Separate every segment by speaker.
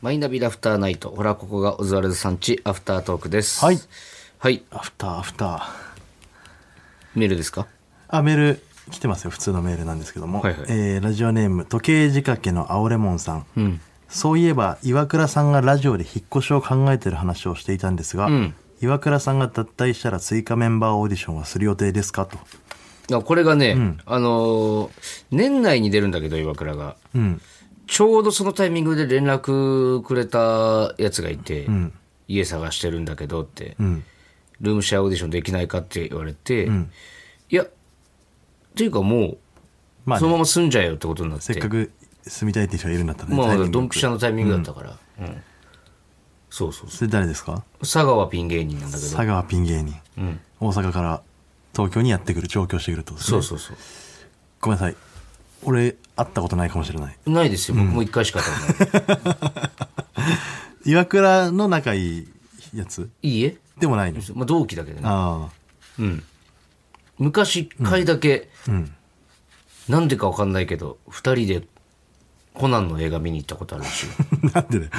Speaker 1: マイナビラフターナイト。ほら、ここがオズワルドさんち、アフタートークです。
Speaker 2: はい。
Speaker 1: はい。
Speaker 2: アフターアフター
Speaker 1: メールですか
Speaker 2: あメール来てますよ普通のメールなんですけども、
Speaker 1: はいはい
Speaker 2: えーラジオネーム時計仕掛けの青レモンさん、そういえば岩倉さんがラジオで引っ越しを考えてる話をしていたんですが、岩倉さんが脱退したら追加メンバーオーディションはする予定ですかと
Speaker 1: あこれがね、あのー年内に出るんだけど、岩倉が。
Speaker 2: うん
Speaker 1: ちょうどそのタイミングで連絡くれたやつがいて、家探してるんだけどって、
Speaker 2: うん
Speaker 1: ルームシェアオーディションできないかって言われて、いや、っていうかもう、
Speaker 2: まあね、
Speaker 1: そのまま住んじゃえよってことになって。
Speaker 2: せっかく住みたいっていう人がいるんだったらね、
Speaker 1: ま
Speaker 2: タ
Speaker 1: あ
Speaker 2: イミン、グ
Speaker 1: ドンピシャのタイミングだったから。うんそうそうそ
Speaker 2: それ誰ですか
Speaker 1: う。佐川ピン芸人なんだけど。
Speaker 2: 佐川ピン芸人、
Speaker 1: ん
Speaker 2: 大阪から東京にやってくる上京してくるってことです
Speaker 1: そ
Speaker 2: ね
Speaker 1: うそうそう。
Speaker 2: ごめんなさい俺会ったことないかもしれない
Speaker 1: ないですよ。僕も一回しか 会ったことない。
Speaker 2: 岩倉の仲いいやつ
Speaker 1: いいえ
Speaker 2: でもないの
Speaker 1: まあ、同期だけどね。
Speaker 2: あ
Speaker 1: うん。昔一回だけ、
Speaker 2: あうん
Speaker 1: なんでかわかんないけど、二人でコナンの映画見に行ったことあるし、
Speaker 2: なんでね、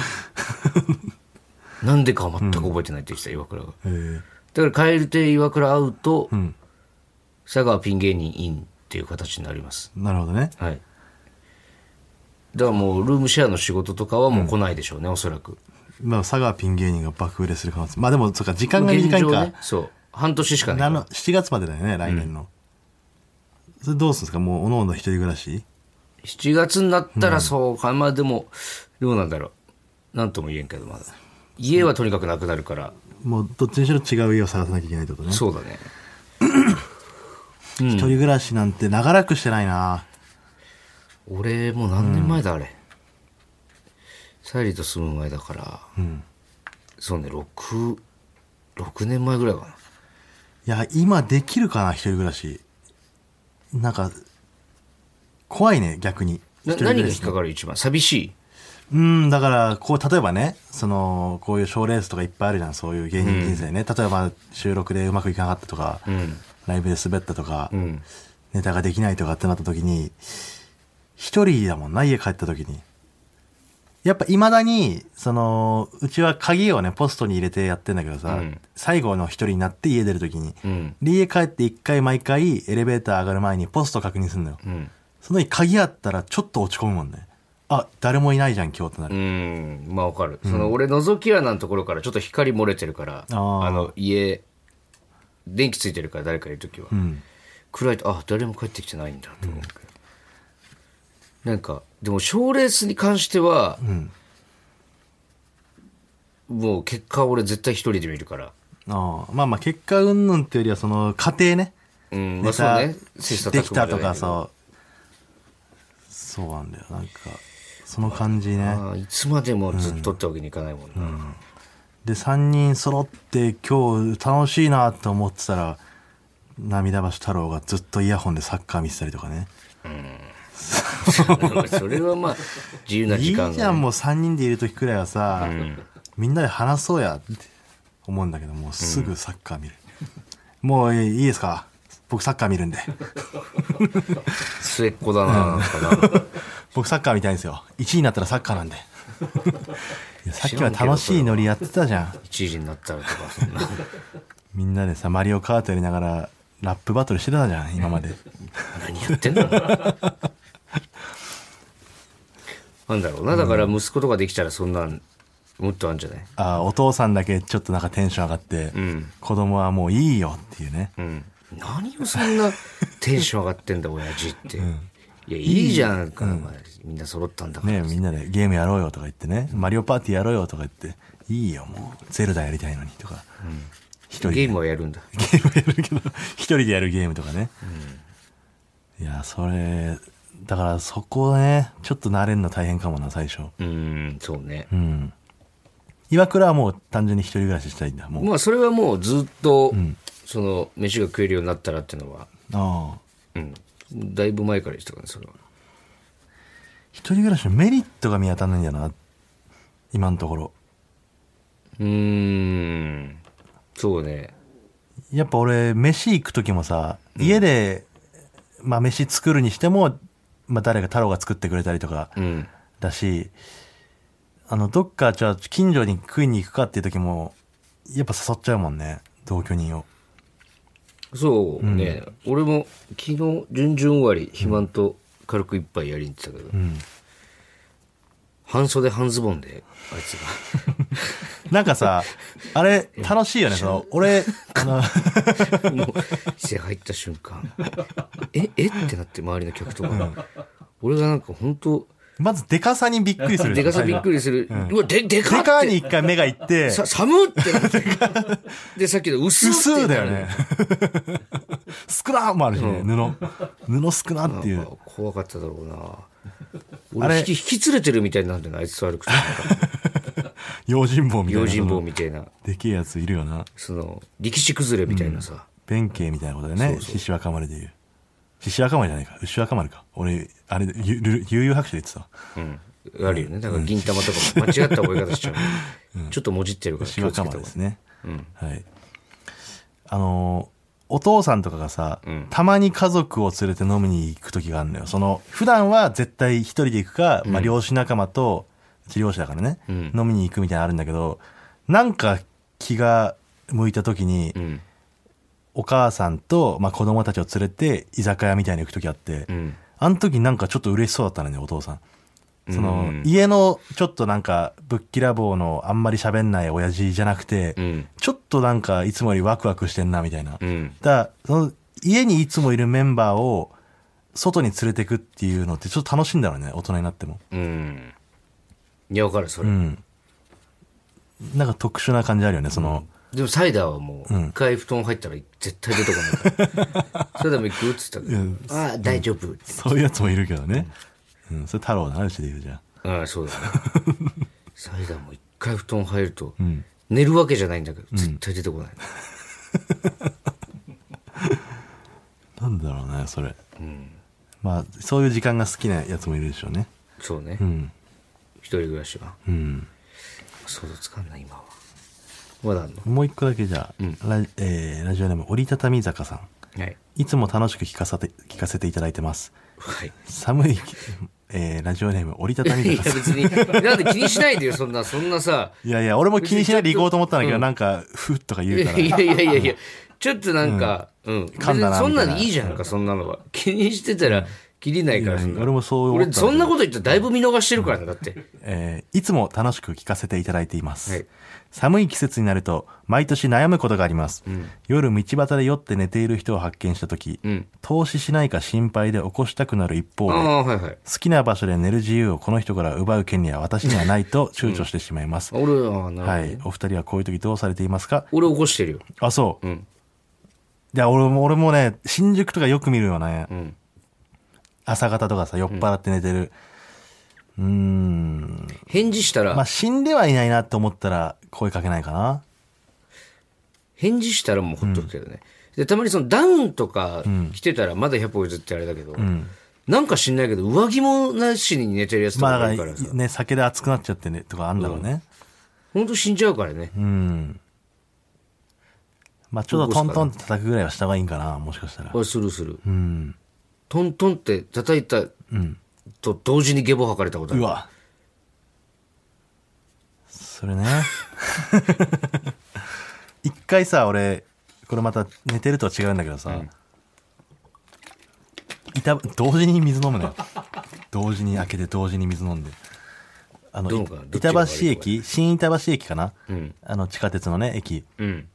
Speaker 1: なんでかは全く覚えてないって言ってた、岩倉が。
Speaker 2: えー
Speaker 1: だから、蛙亭岩倉会うと、
Speaker 2: ん
Speaker 1: 佐川ピン芸人インっていう形になります。
Speaker 2: なるほどね
Speaker 1: はい。だからもう、ルームシェアの仕事とかはもう来ないでしょうね、おそらく。
Speaker 2: まあ佐川ピン芸人が爆売れする可能性まあでもそっか時間が短
Speaker 1: 現
Speaker 2: いか、
Speaker 1: 状ね。そう。半年しか
Speaker 2: な
Speaker 1: ない。
Speaker 2: の7月までだよね来年の、それどうするんですかもうおのおの一人暮らし
Speaker 1: 7月になったらそうか、まあでも、どうなんだろう。なんとも言えんけど、まだ。家はとにかくなくなるから、
Speaker 2: もうどっちにしろ違う家を探さなきゃいけないってことね
Speaker 1: そうだね。
Speaker 2: 一人暮らしなんて長らくしてないな
Speaker 1: 俺もう何年前だあれ、サイリーと住む前だから、そうね66年前ぐらいかない
Speaker 2: や今できるかな一人暮らしなんか怖いね逆に
Speaker 1: な
Speaker 2: 一人暮らし
Speaker 1: 何が引っかかる一番寂しい
Speaker 2: うん、だから、こう、例えばね、その、こういう賞レースとかいっぱいあるじゃん、そういう芸人人生ね。例えば、収録でうまくいかなかったとか、ライブで滑ったとか、
Speaker 1: ん
Speaker 2: ネタができないとかってなった時に、一人だもんな、家帰った時に。やっぱ、未だに、その、うちは鍵をね、ポストに入れてやってんだけどさ、
Speaker 1: うん
Speaker 2: 最後の一人になって家出る時に、
Speaker 1: うん
Speaker 2: で家帰って一回毎回、エレベーター上がる前にポスト確認するのよ。
Speaker 1: うん
Speaker 2: その時鍵あったらちょっと落ち込むもんね。あ、誰もいないじゃん、今日ってなる。
Speaker 1: うんまあわかる、その俺覗き穴のところからちょっと光漏れてるから
Speaker 2: あー
Speaker 1: の家電気ついてるから誰かいる時は、
Speaker 2: うん。
Speaker 1: 暗いとあ誰も帰ってきてないんだと思うけど、なんかでも賞レースに関しては、もう結果は俺絶対一人で見るから
Speaker 2: ああまあまあ、結果云々っていうよりは、その、家庭ね。
Speaker 1: うんま
Speaker 2: ネ
Speaker 1: あそう
Speaker 2: タ
Speaker 1: ね切磋琢磨
Speaker 2: できたと
Speaker 1: じゃない
Speaker 2: か
Speaker 1: けど
Speaker 2: そう。そうなんだよ。なんか、その感じね。
Speaker 1: ああいつまでもずっとってわけにいかないもんな、
Speaker 2: で、3人揃って今日楽しいなと思ってたら、涙橋太郎がずっとイヤホンでサッカー見てたりとかね。
Speaker 1: それはまあ自由ない時
Speaker 2: い
Speaker 1: 間
Speaker 2: じゃ
Speaker 1: が
Speaker 2: ん、もう3人でいる時くらいはさ、みんなで話そうやって思うんだけど、もうすぐサッカー見 る。もういいですか僕サッカー見るんで。
Speaker 1: 末っ子だななんかな
Speaker 2: 僕サッカーみたいんですよ1位になったらサッカーなんでいやさっきは楽しいノリやってたじゃん
Speaker 1: 一時になったらとかそんな
Speaker 2: みんなでさマリオカートやりながらラップバトルしてたじゃん今まで
Speaker 1: 何やってんだろうなんだろうなだから息子とかできたらそんなんもっとあるんじゃない
Speaker 2: あーお父さんだけちょっとなんかテンション上がって、
Speaker 1: ん
Speaker 2: 子供はもういいよっていうね
Speaker 1: うん、何をそんなテンション上がって んだ親父って、いやいいじゃんなんか、お前みんな揃ったんだから、
Speaker 2: ねみんなでゲームやろうよとか言ってね、マリオパーティーやろうよとか言っていいよもうゼルダやりたいのにとか一、人で
Speaker 1: ゲームはやるんだ
Speaker 2: ゲームやるけど、一人でやるゲームとかね。いや、それ、だからそこね、ちょっと慣れんの大変かもな、最初。
Speaker 1: うんそうね、
Speaker 2: うん。岩倉はもう単純に一人暮らししたいんだ、もう。
Speaker 1: まあそれはもうずっと、その飯が食えるようになったらっていうのは、
Speaker 2: ああ。
Speaker 1: うん、だいぶ前からでしたからねそれは
Speaker 2: 一人暮らしのメリットが見当たらないんだよな、今のところ。
Speaker 1: うーんそうね
Speaker 2: やっぱ俺、飯行く時もさ、家で、まあ飯作るにしても、まあ誰か太郎が作ってくれたりとか、
Speaker 1: うん
Speaker 2: だし、あの、どっか、じゃあ、近所に食いに行くかっていう時も、やっぱ誘っちゃうもんね、同居人を。
Speaker 1: そうね、俺も昨日準々終わり肥満と軽く一杯やりに行ってたけど、
Speaker 2: ん
Speaker 1: 半袖半ズボンであいつが
Speaker 2: なん かさ、あれ、楽しいよね、その、俺、あの、
Speaker 1: もう店入った瞬間ええってなって周りの客とか、俺がなんか本当
Speaker 2: まずデカさにびっくりする。
Speaker 1: でかさびっく
Speaker 2: り。
Speaker 1: りする、うわででか
Speaker 2: デ
Speaker 1: っ
Speaker 2: カ
Speaker 1: て
Speaker 2: に一回目が いって、
Speaker 1: さ寒ってなってでさっきの薄って言
Speaker 2: 薄
Speaker 1: っ
Speaker 2: い
Speaker 1: た
Speaker 2: だよね。 少なもあるしね、布。布少なってい
Speaker 1: なん
Speaker 2: う
Speaker 1: か。怖かっただろうな
Speaker 2: あ
Speaker 1: 俺
Speaker 2: れ
Speaker 1: 引き引き連れてるみたいになるんだよなあいつと歩く となんか
Speaker 2: 用心棒みたいな。
Speaker 1: 用心棒みたいな
Speaker 2: でけえやついるよな。
Speaker 1: その力士崩れみたいなさ、
Speaker 2: 弁慶みたいなことだよね。獅子若丸で言う。獅子若丸じゃないか。牛若丸か。俺、あれ、ゆる悠々白書で言ってたわ。
Speaker 1: うん、あるよね。だから銀玉とかも間違った覚え方しち ゃう。ちょっともじってるから
Speaker 2: 牛
Speaker 1: 気をつけ
Speaker 2: 若
Speaker 1: た方
Speaker 2: 丸
Speaker 1: がいい
Speaker 2: です。ね。はい。あのー、お父さんとかがさ、
Speaker 1: ん
Speaker 2: たまに家族を連れて飲みに行く時があるのよ。その、普段は絶対一人で行くか、まあ、漁師仲間と、うち漁師だからね、
Speaker 1: うん
Speaker 2: 飲みに行くみたいなのあるんだけど、なんか気が向いた時に、
Speaker 1: うん。
Speaker 2: お母さんと、まあ、子供たちを連れて居酒屋みたいに行く時あって、
Speaker 1: うん。
Speaker 2: あの時なんかちょっと嬉しそうだったのね、お父さん。その、
Speaker 1: うん
Speaker 2: 家のちょっとなんか、ぶっきらぼうのあんまり喋んない親父じゃなくて、
Speaker 1: うん。
Speaker 2: ちょっとなんかいつもよりワクワクしてんな、みたいな。
Speaker 1: うん。
Speaker 2: だからその、家にいつもいるメンバーを、外に連れてくっていうのってちょっと楽しいんだろうね、大人になっても。
Speaker 1: うん。いや、わかる、そうれ。
Speaker 2: ん。なんか特殊な感じあるよね、その、
Speaker 1: でも、サイダーはもう、一回布団入ったら絶対出てこないから。 サイダーも行くって言ったから。ああ、大丈夫って。
Speaker 2: そういうやつもいるけどね。うん、それ太郎だな、うちで言うじゃん。
Speaker 1: ああ、そう だね。サイダーも一回布団入ると
Speaker 2: ん、
Speaker 1: 寝るわけじゃないんだけど、絶対出てこない。
Speaker 2: なんだろうね、それ。まあ、そういう時間が好きなやつもいるでしょうね。
Speaker 1: そうね
Speaker 2: う。ん。
Speaker 1: 一人暮らしは。
Speaker 2: うん。
Speaker 1: 想像つかんない、今は。まだあんの
Speaker 2: もう一個だけじゃあ、ラえーラジオネーム折りたたみ坂さん
Speaker 1: はい。
Speaker 2: いつも楽しく聞かさて聞かせていただいてます
Speaker 1: はい。
Speaker 2: 寒い、 えーラジオネーム折りたたみ
Speaker 1: いや
Speaker 2: 坂さん
Speaker 1: 別になんで気にしないでよそんなそんなさ
Speaker 2: いやいや俺も気にしないで行こうと思ったんだけど、
Speaker 1: うん
Speaker 2: なんか「ふ」とか
Speaker 1: い
Speaker 2: 言うか
Speaker 1: や
Speaker 2: ら
Speaker 1: いやいやいやちょっとなんかうん、別
Speaker 2: 噛んだ
Speaker 1: に
Speaker 2: な
Speaker 1: そんな
Speaker 2: みた
Speaker 1: の
Speaker 2: いない
Speaker 1: いじゃんかそんなのは気にしてたら切りないから
Speaker 2: いや
Speaker 1: そんな
Speaker 2: 俺もそう思った
Speaker 1: 俺そんなこと言ったらだいぶ見逃してるからねだって
Speaker 2: えーいつも楽しく聞かせていただいています、
Speaker 1: はい
Speaker 2: 寒い季節になると毎年悩むことがあります、夜道端で酔って寝ている人を発見した時、
Speaker 1: うん
Speaker 2: 投資しないか心配で起こしたくなる一
Speaker 1: あ
Speaker 2: 方で、
Speaker 1: あはいはい
Speaker 2: 好きな場所で寝る自由をこの人から奪う権利は私にはないと躊躇してしまいます。
Speaker 1: 俺はな
Speaker 2: は
Speaker 1: るほど
Speaker 2: い。お二人はこういう時どうされていますか
Speaker 1: 俺起こしてるよ
Speaker 2: あ、そう。
Speaker 1: うん
Speaker 2: いや、俺も、俺もね、新宿とかよく見るよね。
Speaker 1: うん
Speaker 2: 朝方とかさ、酔っ払って寝てる。うーん。
Speaker 1: 返事した
Speaker 2: まあ、
Speaker 1: ら
Speaker 2: 死んではいないなって思ったら声かけないかな。
Speaker 1: 返事したらもうほっとくけどねでたまにそのダウンとか着てたらまだ100歩譲ってあれだけどなんか知んないけど上着もなしに寝てるやつと
Speaker 2: ま
Speaker 1: か
Speaker 2: あ、
Speaker 1: がい
Speaker 2: だ
Speaker 1: る
Speaker 2: か
Speaker 1: から
Speaker 2: ら
Speaker 1: さ、
Speaker 2: ね、酒で熱くなっちゃってね、とかあんだろうね。
Speaker 1: 本当死んじゃうからね
Speaker 2: うん。まあ、ちょっとトントンって叩くぐらいはした方がいいんかな、もしかしたら。
Speaker 1: あするする
Speaker 2: うん。
Speaker 1: トントンって叩いたと同時にゲボ吐かれたことあ
Speaker 2: う
Speaker 1: る
Speaker 2: わ。それね。一回さ、俺、これまた寝てるとは違うんだけどさ、いた、同時に水飲むのよ。同時に開けて同時に水飲んで。あの、
Speaker 1: どう
Speaker 2: い
Speaker 1: かどっち
Speaker 2: 板
Speaker 1: が悪い
Speaker 2: 橋駅、新板橋駅かな、
Speaker 1: ん
Speaker 2: あの、地下鉄のね、駅。
Speaker 1: うん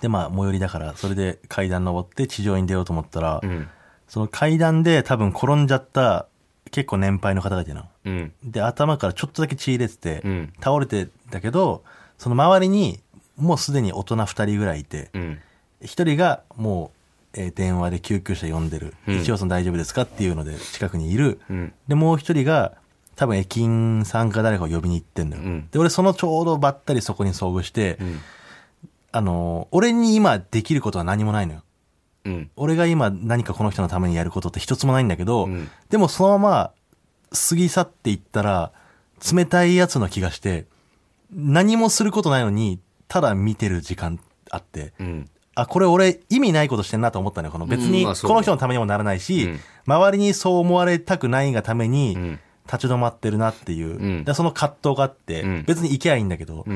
Speaker 2: で、まあ、最寄りだから、それで階段登って地上に出ようと思ったら、
Speaker 1: うん
Speaker 2: その階段で多分転んじゃった、結構年配の方がいてな。
Speaker 1: うん
Speaker 2: で、頭からちょっとだけ血入れてて、
Speaker 1: うん
Speaker 2: 倒れてだけど、その周りに、もうすでに大人2人ぐらいいて、
Speaker 1: うん
Speaker 2: 一1人がもう、えー電話で救急車呼んでる。
Speaker 1: うん
Speaker 2: 一応その大丈夫ですかっていうので近くにいる。
Speaker 1: うん
Speaker 2: で、もう1人が、多分駅員さんか誰かを呼びに行ってんのよ。
Speaker 1: うん
Speaker 2: で、俺そのちょうどばったりそこに遭遇して、
Speaker 1: うん
Speaker 2: あのー俺に今できることは何もないのよ。
Speaker 1: うん
Speaker 2: 俺が今何かこの人のためにやることって一つもないんだけど、
Speaker 1: うん
Speaker 2: でもそのまま過ぎ去っていったら、冷たいやつの気がして、何もすることないのに、ただ見てる時間あって、
Speaker 1: うん
Speaker 2: あ、これ俺意味ないことしてんなと思ったのよ。この別
Speaker 1: うん
Speaker 2: に
Speaker 1: まあ
Speaker 2: こ
Speaker 1: そうね
Speaker 2: の人のためにもならないし、
Speaker 1: うん
Speaker 2: 周りにそう思われたくないがために、
Speaker 1: うん
Speaker 2: 立ち止まってるなっていう、
Speaker 1: ん
Speaker 2: でその葛藤があって、
Speaker 1: うん
Speaker 2: 別に行けばいいんだけど、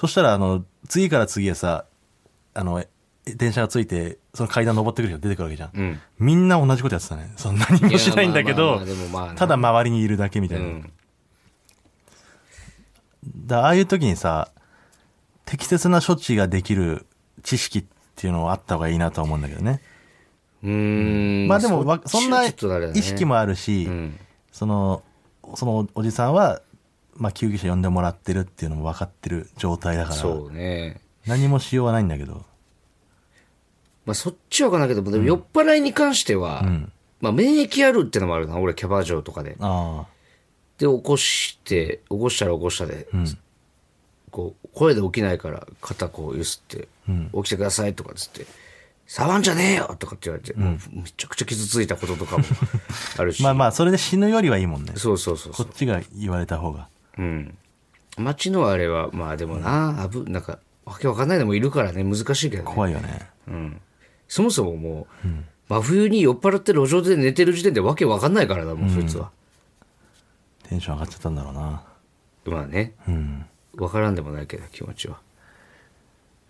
Speaker 2: そしたらあの次から次へさあのえ電車がついてその階段登ってくる人が出てくるわけじゃん、
Speaker 1: うん
Speaker 2: みんな同じことやってたねそんな何もしないんだけ
Speaker 1: いやまあまあ
Speaker 2: ど
Speaker 1: まあでもまあな
Speaker 2: ただ周りにいるだけみた
Speaker 1: う
Speaker 2: いな、
Speaker 1: ん
Speaker 2: だああいう時にさ適切な処置ができる知識っていうのはあった方がいいなとは思うんだけどね、
Speaker 1: うーん
Speaker 2: まあでもわ
Speaker 1: そ
Speaker 2: そ
Speaker 1: っち
Speaker 2: ん
Speaker 1: は
Speaker 2: な
Speaker 1: ちょっとあれだね
Speaker 2: 意識もあるし、
Speaker 1: うん
Speaker 2: そのそのおじさんは、まあ、救急車呼んでもらってるっていうのも分かってる状態だから
Speaker 1: そうね
Speaker 2: 何もしようはないんだけど
Speaker 1: まあそっちは分かんないけどでも酔っ払いに関しては、
Speaker 2: ん
Speaker 1: まあ免疫あるってのもあるな俺キャバ嬢とかで
Speaker 2: あ
Speaker 1: で起こして起こしたら起こしたで、
Speaker 2: あうん
Speaker 1: こう声で起きないから肩こう揺すって「
Speaker 2: うん
Speaker 1: 起きてください」とかっつって「触んじゃねえよ!」とかって言われて、もうめちゃくちゃ傷ついたこととかも あるし、
Speaker 2: まあまあそれで死ぬよりはいいもんね
Speaker 1: そうそうそうそ
Speaker 2: こ
Speaker 1: う
Speaker 2: っちが言われた方が
Speaker 1: うん街のあれはまあでもな、危なんかわけわかんないのもいるからね難しいけどね
Speaker 2: 怖いよね
Speaker 1: うん、そもそももう、真冬に酔っ払って路上で寝てる時点でわけわかんないからだもん、そいつは
Speaker 2: テンション上がっちゃったんだろうな
Speaker 1: まあね
Speaker 2: うん
Speaker 1: わからんでもないけど気持ちは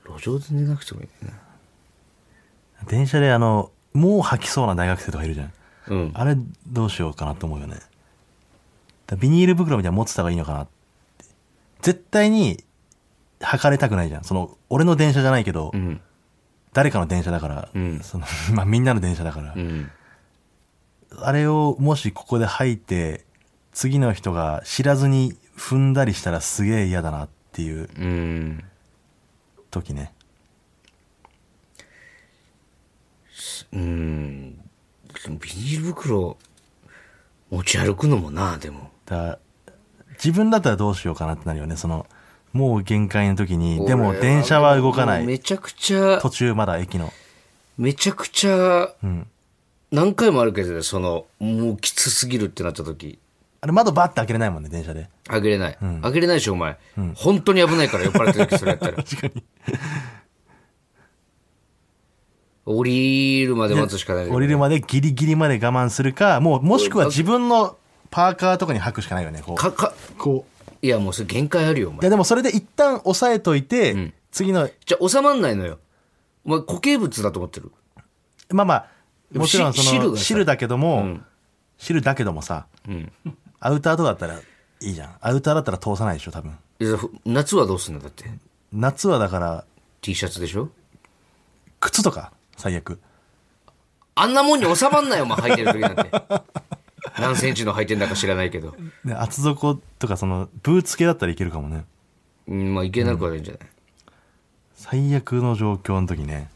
Speaker 1: 路上で寝なくてもいいな
Speaker 2: 電車であのもう吐きそうな大学生とかいるじゃん
Speaker 1: うん
Speaker 2: あれどうしようかなと思うよね。だからビニール袋みたいなの持ってた方がいいのかなって。絶対に履かれたくないじゃん。その、俺の電車じゃないけど、
Speaker 1: うん
Speaker 2: 誰かの電車だから、
Speaker 1: うん
Speaker 2: その まあみんなの電車だから、
Speaker 1: うん
Speaker 2: あれをもしここで履いて、次の人が知らずに踏んだりしたらすげえ嫌だなっていう
Speaker 1: うん
Speaker 2: 時ね。
Speaker 1: うんビニール袋持ち歩くのもなでも
Speaker 2: だから自分だったらどうしようかなってなるよね。その、もう限界の時に、でも
Speaker 1: 俺
Speaker 2: 電車は動かな
Speaker 1: もう
Speaker 2: い。
Speaker 1: めちゃくちゃ
Speaker 2: 途中まだ駅の。
Speaker 1: めちゃくちゃ
Speaker 2: うん。
Speaker 1: 何回もあるけどねそのもうきつすぎるってなった時
Speaker 2: あれ窓バッて開けれないもんね、電車で。
Speaker 1: あげれない。あげれないし、お前。本当に危ないから、酔っ払ってる時それやったら。
Speaker 2: 確かに。
Speaker 1: 降りるまで待つしかない。
Speaker 2: 降りるまでギリギリまで我慢するか、もう、もしくは自分のパーカーとかに履くしかないよね、こう。
Speaker 1: か、か、
Speaker 2: こう。
Speaker 1: いや、もうそれ限界あるよ、お
Speaker 2: い
Speaker 1: 前。
Speaker 2: や、でもそれで一旦押さえといて、次の、
Speaker 1: じゃあ収まんないのよ。お前、固形物だと思ってる。
Speaker 2: まあまあ、
Speaker 1: も
Speaker 2: もちろん
Speaker 1: し
Speaker 2: そ
Speaker 1: 汁
Speaker 2: の、
Speaker 1: がさ
Speaker 2: 汁だけども、汁だけどもさ、
Speaker 1: うん。
Speaker 2: アウターとかだったらいいじゃん。アウターだったら通さないでしょ、多分。
Speaker 1: いやふ夏はどうすんのだって。
Speaker 2: 夏はだから、
Speaker 1: T シャツでしょ
Speaker 2: 靴とか、最悪。
Speaker 1: あんなもんに収まんないよ、お 前、履いてる時なんて。何センチの履いてんだか知らないけど。
Speaker 2: で、厚底とか、その、ブーツ系だったらいけるかもね。
Speaker 1: うん、まあ、いけなくはないんじゃない、
Speaker 2: 最悪の状況の時ね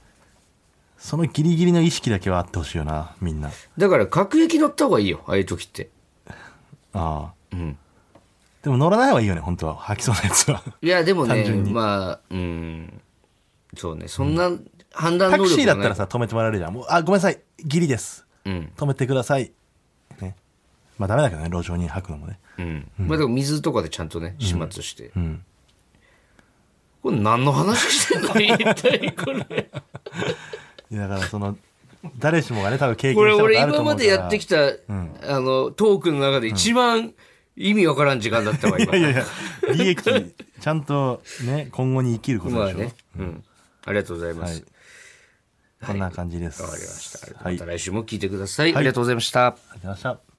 Speaker 2: そのギリギリの意識だけはあってほしいよなみんな
Speaker 1: だから、各駅乗った方がいいよ、ああいう時って。
Speaker 2: ああ
Speaker 1: うん。
Speaker 2: でも乗らない方がいいよね本当は吐きそうな やつは
Speaker 1: いや、でも
Speaker 2: 単
Speaker 1: ね、
Speaker 2: 純に
Speaker 1: まあ、うん。そうね、そんな判断
Speaker 2: タ
Speaker 1: 能力
Speaker 2: ク
Speaker 1: もない
Speaker 2: シーだったらさ止めてもらえるじゃんもうあごめんなさいギリです
Speaker 1: うん。
Speaker 2: 止めてくださいねまあダメだけどね路上に吐くのもね
Speaker 1: うん。まあでも水とかでちゃんとね、始末して。
Speaker 2: うん
Speaker 1: これ何の話してんの一体これ。
Speaker 2: いやだからその誰しもがね多分経験
Speaker 1: これ
Speaker 2: したこと
Speaker 1: 俺
Speaker 2: あると
Speaker 1: 今
Speaker 2: 思うから
Speaker 1: までやってきた、あの、トークの中で一番意味わからん時間だったわ、今。
Speaker 2: いやいや利益ちゃんとね今後に生きること
Speaker 1: まあ
Speaker 2: でしょ、
Speaker 1: ね。うん。ありがとうございま
Speaker 2: は
Speaker 1: す
Speaker 2: い。こんな感じです
Speaker 1: わ、かりました。
Speaker 2: はい
Speaker 1: また来週も聞いてください。ありがとうございました。
Speaker 2: ありがとうございました